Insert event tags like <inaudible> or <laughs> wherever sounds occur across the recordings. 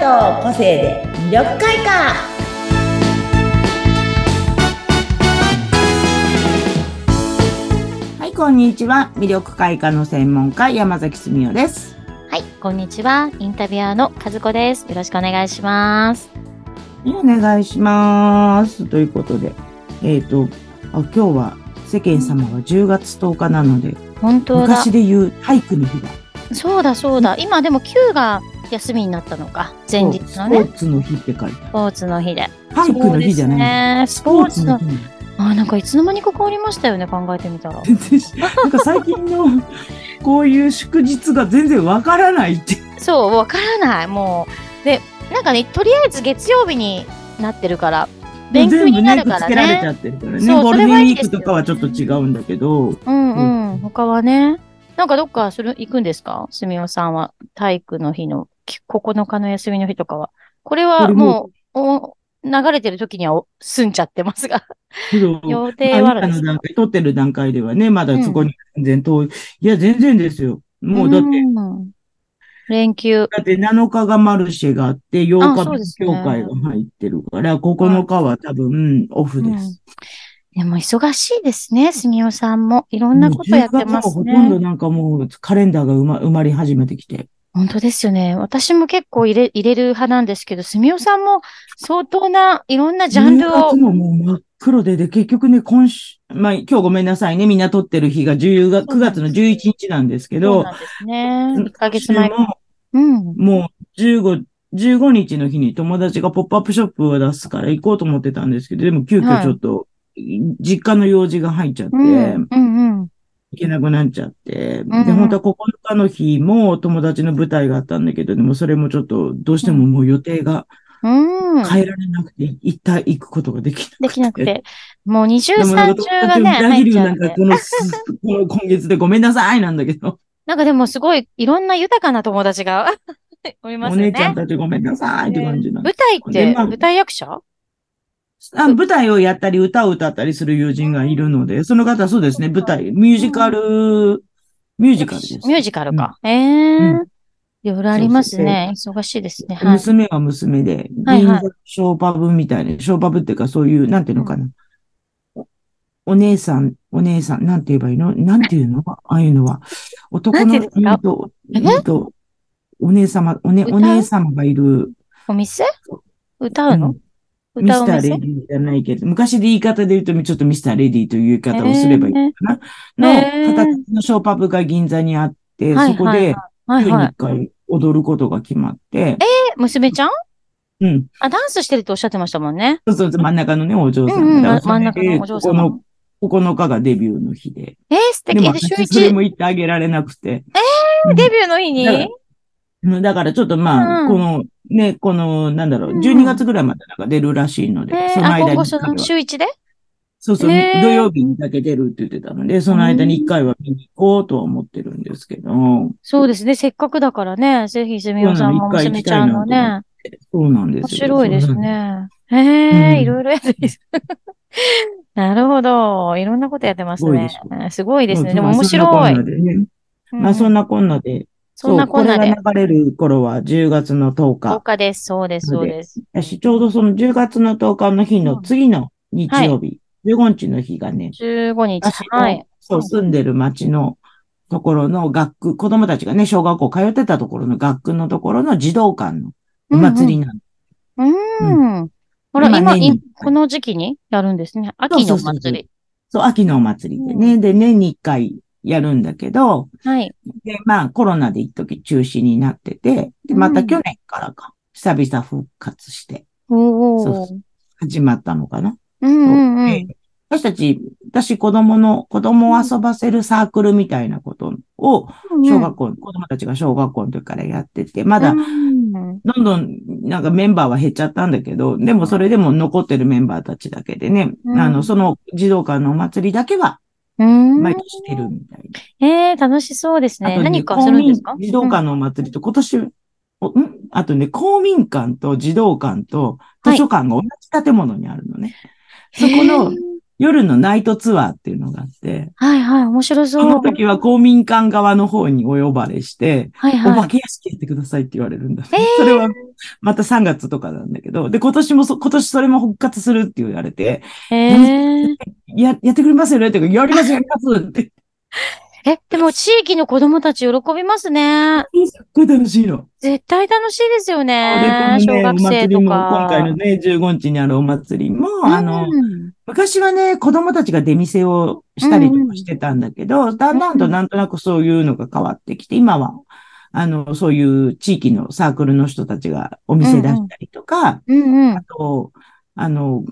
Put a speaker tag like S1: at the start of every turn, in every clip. S1: の個性で魅力開花はいこんにちは魅力開花の専門家山崎澄代です
S2: はい、こんにちは。インタビュアーの和子です。よろしくお願いします。
S1: お願いしますということでえっ、とあ今日は世間様は10月10日なので
S2: 本当だ
S1: 昔。で言う体育の日だ
S2: そうだそうだ。今でも Q が休みになったのか。前日
S1: スポ
S2: のね、
S1: ーツの日って書いて
S2: スポーツの日で。
S1: 体育の日じゃない
S2: ない。ス
S1: スポ
S2: ポ
S1: ー
S2: ー
S1: ツ
S2: ツ
S1: の
S2: の
S1: 日。
S2: あ、なんかいつの間にか変わりましたよね。考えてみたら。
S1: 全然しなんか最近のこういう祝日が全然わからないって。
S2: そう、わからない。もう。で、なんかね、とりあえず月曜日になってるから、勉強になるか
S1: 全部ね、くっつ
S2: ら
S1: けられちゃ
S2: ね。
S1: ってるから
S2: そ
S1: ね。
S2: う
S1: ゴールデンウィー
S2: それはいいです
S1: ク
S2: よね
S1: とかはちょっと違うんだけど、
S2: うんうん。他はね。なんかどっかする、行くんですかすみおさんは。体育の日の、き9日の休みの日とかは。これ
S1: こ
S2: は
S1: れ
S2: も
S1: も
S2: う、お流れてる時にはお済んじゃってますが、
S1: けど
S2: 予定はある
S1: あ
S2: ん
S1: の
S2: ですか
S1: 段階、撮ってる段階ではね、まだそこに全然遠い。いや、全然ですよ。もうだって、
S2: うん連休。
S1: だって7日がマルシェがあって、8
S2: あ
S1: 日
S2: そう
S1: 勉
S2: ですね
S1: 強会が入ってるから、9日は多分オフです。
S2: でも忙しいですね、すみおさんも。いろんなことやってます
S1: もう10月はほ
S2: ね。
S1: とんどなんかもうカレンダーが埋ま埋まり始めてきて。
S2: 本当ですよね。私も結構入れ、入れる派なんですけど、すみおさんも相当ないろんなジャンル
S1: 10
S2: を
S1: 月。ももう真っ黒で、で、結局ね、今週、まあ、今日ごめんなさいね、みんな撮ってる日が10月、
S2: そ
S1: 9
S2: うなんです
S1: 月の11日なんですけ
S2: そう
S1: ど、
S2: なんですね。1ヶ
S1: 今
S2: 月
S1: 週
S2: 前。
S1: も、
S2: うん。
S1: もう15、15日の日に友達がポップアップショップを出すから行こうと思ってたんですけど、でも急
S2: は
S1: 遽
S2: い
S1: ちょっと、実家の用事が入っちゃって、
S2: うん。うんうん。
S1: 行けなくなっちゃって、
S2: んうん
S1: で、本当は9日の日も友達の舞台があったんだけど、でもそれもちょっと、どうしてももう予定が
S2: うん。
S1: 変えられなくて、一体行くことができなくて。
S2: できなくて。もう二重
S1: でもな
S2: 三
S1: んか
S2: 重がね、
S1: 裏切
S2: 入っ
S1: る
S2: ちゃ
S1: な
S2: うん
S1: んか
S2: で。
S1: このす、この今月でごめんなさいなんだけど、
S2: なんかでもすごいいろんな豊かな友達が <laughs> おりま
S1: お
S2: すよね。
S1: 姉ちゃんたちごめんなさいって感じなんで
S2: 舞台って、
S1: でまあ
S2: 舞台役者
S1: す。あ舞台をやったり歌を歌ったりする友人がいるので、その方そうですね、舞台、ミュージカル、ミュージカルです。
S2: ミュージカルか。ええ
S1: う
S2: いろいろありますね。忙しいですね。はい。
S1: 娘は娘で、
S2: はい
S1: 銀
S2: はい
S1: 座ショーパブみたいな、ショーパブっていうかそういう、なんていうのかな。おお姉さん、お姉さん、なんて言えばいいのなんていうのああいうのは。男の、
S2: なんて言うんですか
S1: うんと、
S2: え
S1: うんと、お姉様、おね、
S2: 歌う
S1: お姉様がいる。
S2: お店歌
S1: う
S2: うんの、
S1: ミ
S2: 歌
S1: ス
S2: う
S1: タ
S2: お
S1: ーレ
S2: 店
S1: ディーじゃないけど、昔で言い方で言うと、ちょっとミスターレディーという言い方をすればいい
S2: え
S1: の
S2: ー
S1: かな。
S2: えー
S1: の、形のショーパブが銀座にあって、
S2: はい
S1: そこで、
S2: は
S1: 週
S2: い
S1: に
S2: はい。
S1: 1回踊ることが決まって、
S2: え娘ちゃん
S1: うん。
S2: あ、ダンスしてるとおっしゃってましたもんね。
S1: そうそうそう、真ん中のね、お嬢
S2: う
S1: さ
S2: んうんん。
S1: が。
S2: ま
S1: だから
S2: 真ん中のお嬢様。
S1: それでこの9日がデビューの日で。
S2: えー、素
S1: で
S2: 敵。
S1: も
S2: えで、週
S1: 私それ
S2: 一
S1: も言ってあげられなくて。え
S2: デビューの日に
S1: だからうんだからちょっとま
S2: う
S1: あ、
S2: ん
S1: この、ね、この、なんだろ
S2: うんう
S1: う、
S2: ん
S1: 12月ぐらいまでなんか出るらしいので、
S2: え
S1: そ
S2: ー、
S1: の
S2: あ、今
S1: 間に
S2: 後
S1: 一
S2: そ
S1: 回
S2: の
S1: は。
S2: 週一で
S1: そうそう、
S2: えー
S1: 土曜日にだけ出るって言ってたので、その間に一回は見に行こうとは思ってるんですけど、
S2: そうですね。せっかくだからね。ぜひ、すみおさんも
S1: そうなの
S2: 娘ちゃんの
S1: 一回行きたいな
S2: ね。
S1: そうなんで
S2: 面
S1: すよ。
S2: 白いです
S1: そうなん。
S2: ね。へ
S1: う
S2: え、
S1: ん
S2: いろいろやってます <laughs> なるほど。いろんなことやってますね
S1: す。
S2: すごいですね。で
S1: ま
S2: も
S1: あ
S2: 面
S1: そんなこん
S2: 白い
S1: な。でね
S2: うん
S1: まあそんなこんなで、
S2: そんなこんな
S1: そう
S2: で。
S1: これが流れる頃は10月の10日。
S2: 10日です。そうです。そうです。
S1: だし、ちょうどその10月の10日の日の次の日曜日、15日の日がね、
S2: 15日。
S1: 私の、
S2: はい。
S1: そう、住んでる町のところの学区、子供たちがね、小学校通ってたところの学区のところの児童館のお祭りなの。
S2: うんうん。うん。ほら、
S1: 今
S2: 今、
S1: 年に
S2: いこの時期にやるんですね。秋のお
S1: そうそうそう
S2: 祭
S1: そ
S2: り。
S1: そう、秋のお祭りでね、で、年に1回やるんだけど、
S2: はい。
S1: で、まあ、コロナで一時中止になってて、で、また去年からか、久々復活して
S2: お
S1: そう
S2: お。
S1: そ始まったのかな。
S2: うんうんう
S1: え
S2: ん。
S1: 私たち、私子供の、子供を遊ばせるサークルみたいなことを、小学校、子供たちが小学校の時からやってて、まだ、
S2: うん
S1: どんどん、なんかメンバーは減っちゃったんだけど、でもそれでも残ってるメンバーたちだけでね、
S2: うん
S1: あの、その児童館のお祭りだけは、
S2: うん。
S1: 毎年出るみたいな。
S2: ええ、楽しそうです
S1: あ
S2: ね。
S1: とね
S2: 何かするんですか
S1: 公民児童館のお祭りと今年、おんあとね、公民館と児童館と図書館が同じ建物にあるのね。そこの
S2: へー
S1: 夜のナイトツアーっていうのがあって、
S2: はいはい、面白
S1: そ
S2: そう
S1: の。時は公民館側の方にお呼ばれして、
S2: はい
S1: お
S2: は
S1: 化
S2: い。
S1: け屋敷やってくださいって言われるんだ。
S2: えー
S1: それは、また3月とかなんだけど、で、今年もそ、今年それも復活するって言われて、
S2: えー、
S1: や、やってくれますよねって言うからやりますやりますって。 <laughs>
S2: え、でも地域の子供たち喜びますね。
S1: すっごい楽しいの。
S2: 絶対楽しいですよね。
S1: で、このね、
S2: 小
S1: お
S2: 学生
S1: 祭り
S2: と
S1: も、
S2: か。
S1: 今回のね、15日にあるお祭りも、あの、
S2: うん
S1: 昔はね、子供たちが出店をしたりとかしてたんだけど、だんだんとなんとなくそういうのが変わってきて、今は、あの、そういう地域のサークルの人たちがお店出したりとか、
S2: うんうん
S1: あ。と、あの、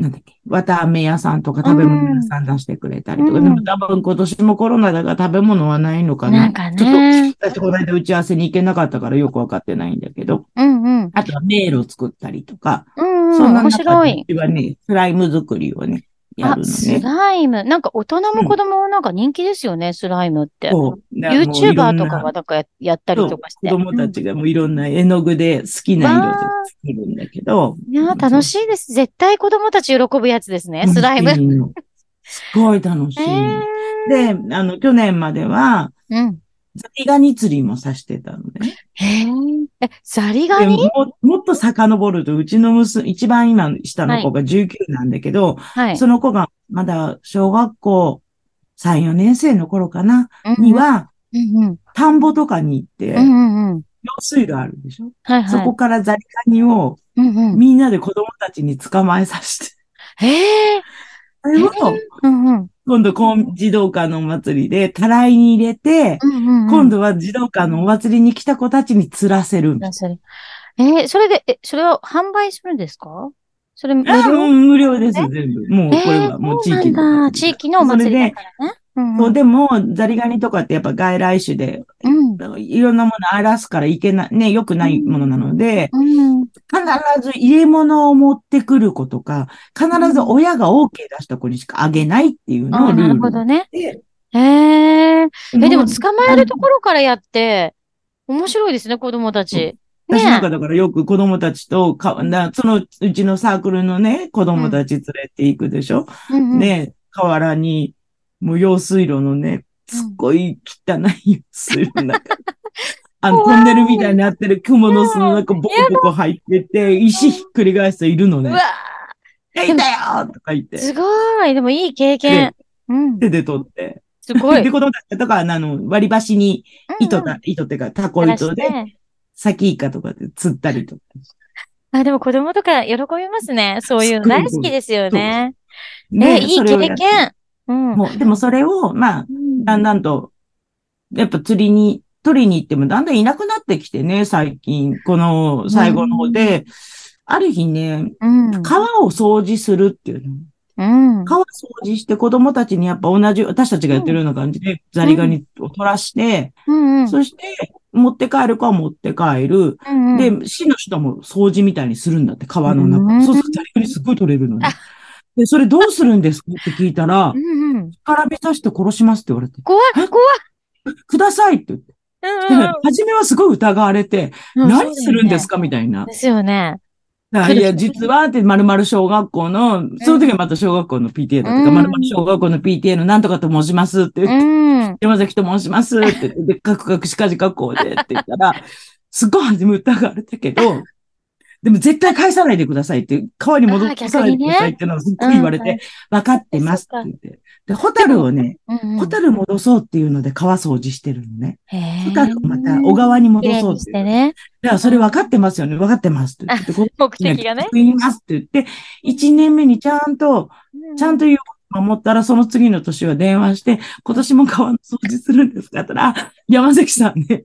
S1: なんだっけ、綿飴屋さんとか食べ物屋さん出してくれたりとか、
S2: うん
S1: でも多分今年もコロナだから食べ物はないのかな。
S2: なんか
S1: ちょっ
S2: ね。
S1: と、私この間打ち合わせに行けなかったからよくわかってないんだけど、
S2: うんうん。
S1: あとは迷路作ったりとか、
S2: うんうん。
S1: そんな
S2: 面
S1: 中
S2: 白
S1: でう
S2: い。
S1: ちはね、スライム作りをね、や
S2: あ
S1: る、の
S2: ス
S1: ね。
S2: ライム。なんか大人も子供もなんか人気ですよね、スライムって。
S1: そう。だからもういろんな
S2: YouTuber とかがなんかややったりとかして。
S1: そう子供たちがもういろんな絵の具で好きな色で作るんだけど。
S2: うん。いやー、楽しいです。絶対子供たち喜ぶやつですね、スライム。
S1: 楽しいのすごい楽しい
S2: え
S1: の。
S2: ー
S1: で、あの、去年までは、
S2: うん。
S1: ザリガニ釣りもさしてたのね。
S2: へーえ、ザリガ
S1: で
S2: ニ
S1: ももっと遡ると、うちの娘、一番今下の子が19なんだけど、
S2: はい。
S1: その子がまだ小学校3、4年生の頃かな、
S2: うん
S1: には、
S2: うんうん。
S1: 田んぼとかに行って、
S2: うんうんうん。
S1: 用水路あるでしょ、
S2: はいはい。
S1: そこからザリガニを
S2: うんうん。
S1: みんなで子供たちに捕まえさせて、
S2: へえ。
S1: それを
S2: うんうん。
S1: 今度こう児童館のお祭りでたらいに入れて、
S2: うんうんうん。
S1: 今度は児童館のお祭りに来た子たちに釣らせるみたいな。
S2: それ。えーそれで、え、それは販売するんですかそれ無
S1: あ
S2: 料
S1: うん無料です、全部。もう、これはもう地域
S2: そうなん
S1: の
S2: だ。。地域のお祭りだからね。うん
S1: そううんでも、ザリガニとかってやっぱ外来種で、
S2: うん。
S1: いろんなもの荒らすからいけない、ね、良くないものなので、
S2: うん。
S1: 必ず入れ物を持ってくる子とか、必ず親が OK 出した子にしかあげないっていうの
S2: あ
S1: を
S2: あ、
S1: ル
S2: なる
S1: ー
S2: ほ
S1: ル
S2: どね。
S1: で。
S2: へえ。え、でも
S1: う
S2: 捕まえるところからやって、面白いですね、子供たち。ね
S1: 私なんかだからよく子供たちとか、なそのうちのサークルのね、子供たち連れて行くでしょ、
S2: うんうん。
S1: ね、河原に、もう用水路のね、すっごい汚い用水路の中。あの、トンネルみたいになってる蜘蛛の巣の中ボコボコ入ってて、石ひっくり返す人いるの
S2: う
S1: ね。
S2: わ
S1: えいたよとか言っ
S2: ーす
S1: て、
S2: ごい。でもいい経験。うん。
S1: 手で取って。
S2: すごい。
S1: で、子供たちとかは、あの、割り箸に糸だ、糸っていうか、タコ
S2: うんうん
S1: 糸で、先イカとかで釣ったりとか。
S2: あ、でも子供とか喜びますね。そういうの
S1: すごい
S2: 大好きですよね。
S1: ね
S2: え、いい
S1: それをや
S2: 経
S1: って
S2: 験。うん。
S1: もう、でもそれを、まあ、だんだんと、やっぱ釣りに、取りに行ってもだんだんいなくなってきてね、最近、この最後の方で、ある日ね、
S2: うん。
S1: 川を掃除するっていうの。
S2: うん。
S1: 川掃除して子供たちにやっぱ同じ、私たちがやってるような感じで、ザリガニを取らして、
S2: うんうん。
S1: そして、持って帰る子は持って帰る。
S2: うんうん
S1: で、市の人も掃除みたいにするんだって、川の中。
S2: うん
S1: そうするとザリガニすっごい取れる
S2: <laughs>
S1: のね。で、それどうするんですかって聞いたら
S2: う、んうん。
S1: からび刺して殺しますって言われて、
S2: 怖い、怖い。
S1: くださいって言って。
S2: う
S1: <laughs>
S2: んうん
S1: はじめはすごい疑われて、
S2: うん。
S1: 何するんです
S2: か
S1: かみたいな。
S2: ですよね。
S1: あいや、実は、って、まるまる小学校の、その時はまた小学校の PTA だったから、まるまる小学校の PTA のなんとかと申しますって
S2: う
S1: 言って、
S2: ん。
S1: 山崎と申しますって
S2: <laughs>
S1: 言って、で、カクカクしかじかこうでって言ったら、すごい初め疑われたけど、でも絶対返さないでくださいって、川に戻ってこさないでくださいってのをすっごい言われて、分かってますって言って。で、ホタルをね、
S2: うんうん。
S1: ホタル戻そうっていうので川掃除してるのね。
S2: へえ
S1: ホタルをまた小川に
S2: き
S1: 戻
S2: れい
S1: そう
S2: に
S1: っ
S2: してて。ね。
S1: いや、それ分かってますよね。分かってますって言って、こ
S2: 目
S1: うね
S2: 的がね。
S1: 言いますって言って、1年目にちゃんと、ちゃん
S2: と。
S1: と言うことを守ったら、その次の年は電話して、今年も川の掃除するんですかって言ったら、あ山崎さんね。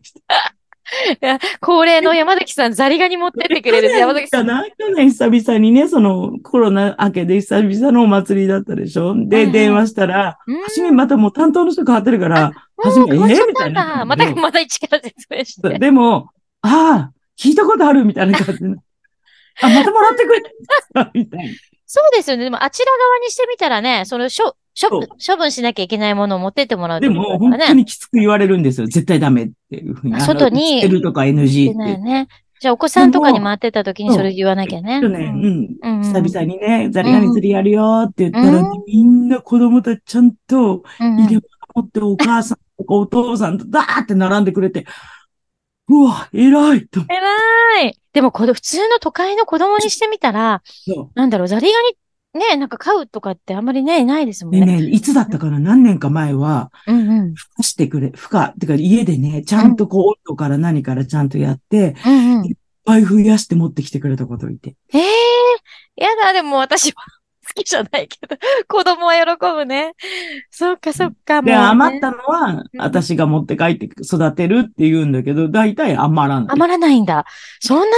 S2: 恒例の山崎さん、ザリガニ持ってってくれる山崎さ
S1: か
S2: ん。
S1: な去年久々にね、そのコロナ明けで久々のお祭りだったでしょ
S2: はい
S1: で、
S2: はい
S1: 電話したら、
S2: うん
S1: はじめまたもう担当の人変わってるから、はじ
S2: もう
S1: め、
S2: 変わっちゃ
S1: え
S2: っ
S1: みた
S2: た
S1: い
S2: ん
S1: な
S2: だ。
S1: 感
S2: ま
S1: じで。
S2: た、また一から説明して。
S1: でも、ああ、聞いたことあるみたいな感じの。あ、またもらってくれたみたいな。
S2: そうですよね。でも、あちら側にしてみたらね、その処、処分、処分しなきゃいけないものを持ってってもらうって
S1: で
S2: こと
S1: も、
S2: だか
S1: 本
S2: ら
S1: 当
S2: ね。
S1: にきつく言われるんですよ。絶対ダメっていうふうに。あの
S2: 外に
S1: 映ってるとか NG
S2: いけ
S1: っ
S2: ない
S1: て。
S2: ね。じゃあ、お子さんとかに回ってた時にそれ言わなきゃね。
S1: 去年、うん。
S2: うんうん。
S1: 久々にね、ザリガニ釣りやるよって言ったらね、みんな子供たちちゃんと、
S2: うんうん
S1: 入れ物持ってお母さんとかお父さんとダーって並んでくれて、うわ、偉いと思
S2: 偉い。でも、これ普通の都会の子供にしてみたら、
S1: そ
S2: なんだろう、ザリガニ、ね、なんか飼うとかってあんまりね、ないですも
S1: うんで
S2: ね。
S1: ね、いつだったかな何年か前は、
S2: うんうん。
S1: 孵化してくれ、孵化、てか家でね、ちゃんとこう、温度から何からちゃんとやって、いっ
S2: うんうん。
S1: ぱい増やして持ってきてくれたこといて。
S2: ええやだ、でも私は <laughs> 好きじゃないけど、子供は喜ぶね。そっかそっか、
S1: で、
S2: もうね
S1: 余ったのは、
S2: ん
S1: 私が持って帰って育てるって言うんだけど、大体余らない。
S2: 余らないんだ。そんな人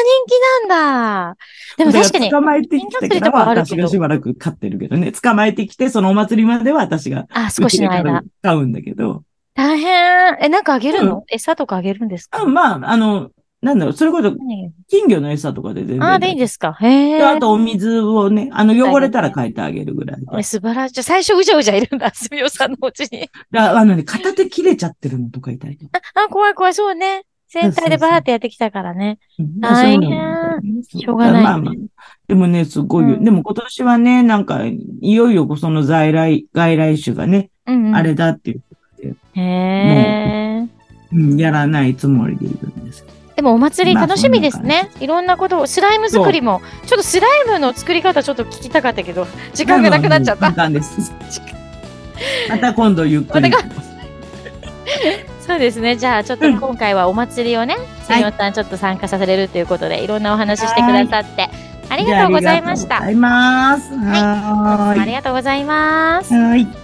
S2: 気なんだ。でも
S1: だ
S2: 確からに、
S1: 捕まえてきてからは、
S2: みんな
S1: 私
S2: するとこあるけど
S1: がしばらく飼ってるけどね。捕まえてきて、そのお祭りまでは私が、
S2: あ、少しの間。。
S1: 飼うんだけど。
S2: 大変。え、なんかあげる
S1: う
S2: の餌とかあげるんです
S1: あ
S2: か
S1: まあ、あの、なんだろう、それこそ
S2: 何
S1: 金魚の餌とかで全然。。
S2: あ、でいいんですすか
S1: で
S2: へえ。
S1: あとお水をね、あの、汚れたら変えてあげるぐらいで。
S2: え素晴らしい。最初うじゃうじゃいるんだ。すみおさんのお家に。
S1: だあのね、片手切れちゃってるのとかいたりとか。
S2: あ、怖い怖い。そうね。全体でバーってやってきたからね。
S1: うん
S2: 大変しょうがない
S1: まあまあ。でもね、すごいよ。
S2: うん
S1: でも今年はね、なんか、いよいよその在来、外来種がね、
S2: うんうん。
S1: あれだっていう、
S2: へえ。
S1: うん、やらないつもりでいるんですけど。
S2: でもお祭り
S1: まあ
S2: 楽しみですね。いろんなことを、スライム作りも、ちょっとスライムの作り方ちょっと聞きたかっ
S1: <laughs>
S2: たけど、時間がなくなっちゃっ
S1: まあ
S2: た。
S1: まあもう簡単です。また今度ゆっくり。
S2: まそうですね。じゃあちょっと今回はお祭りをね、
S1: は
S2: 杉
S1: い
S2: 本さんちょっと参加されるということで、いろんなお話ししてくださって、ありがとうございまし
S1: じゃあ
S2: た。
S1: ありがとうございます。
S2: あ
S1: はー
S2: り
S1: い。
S2: がとうございます。
S1: はーい。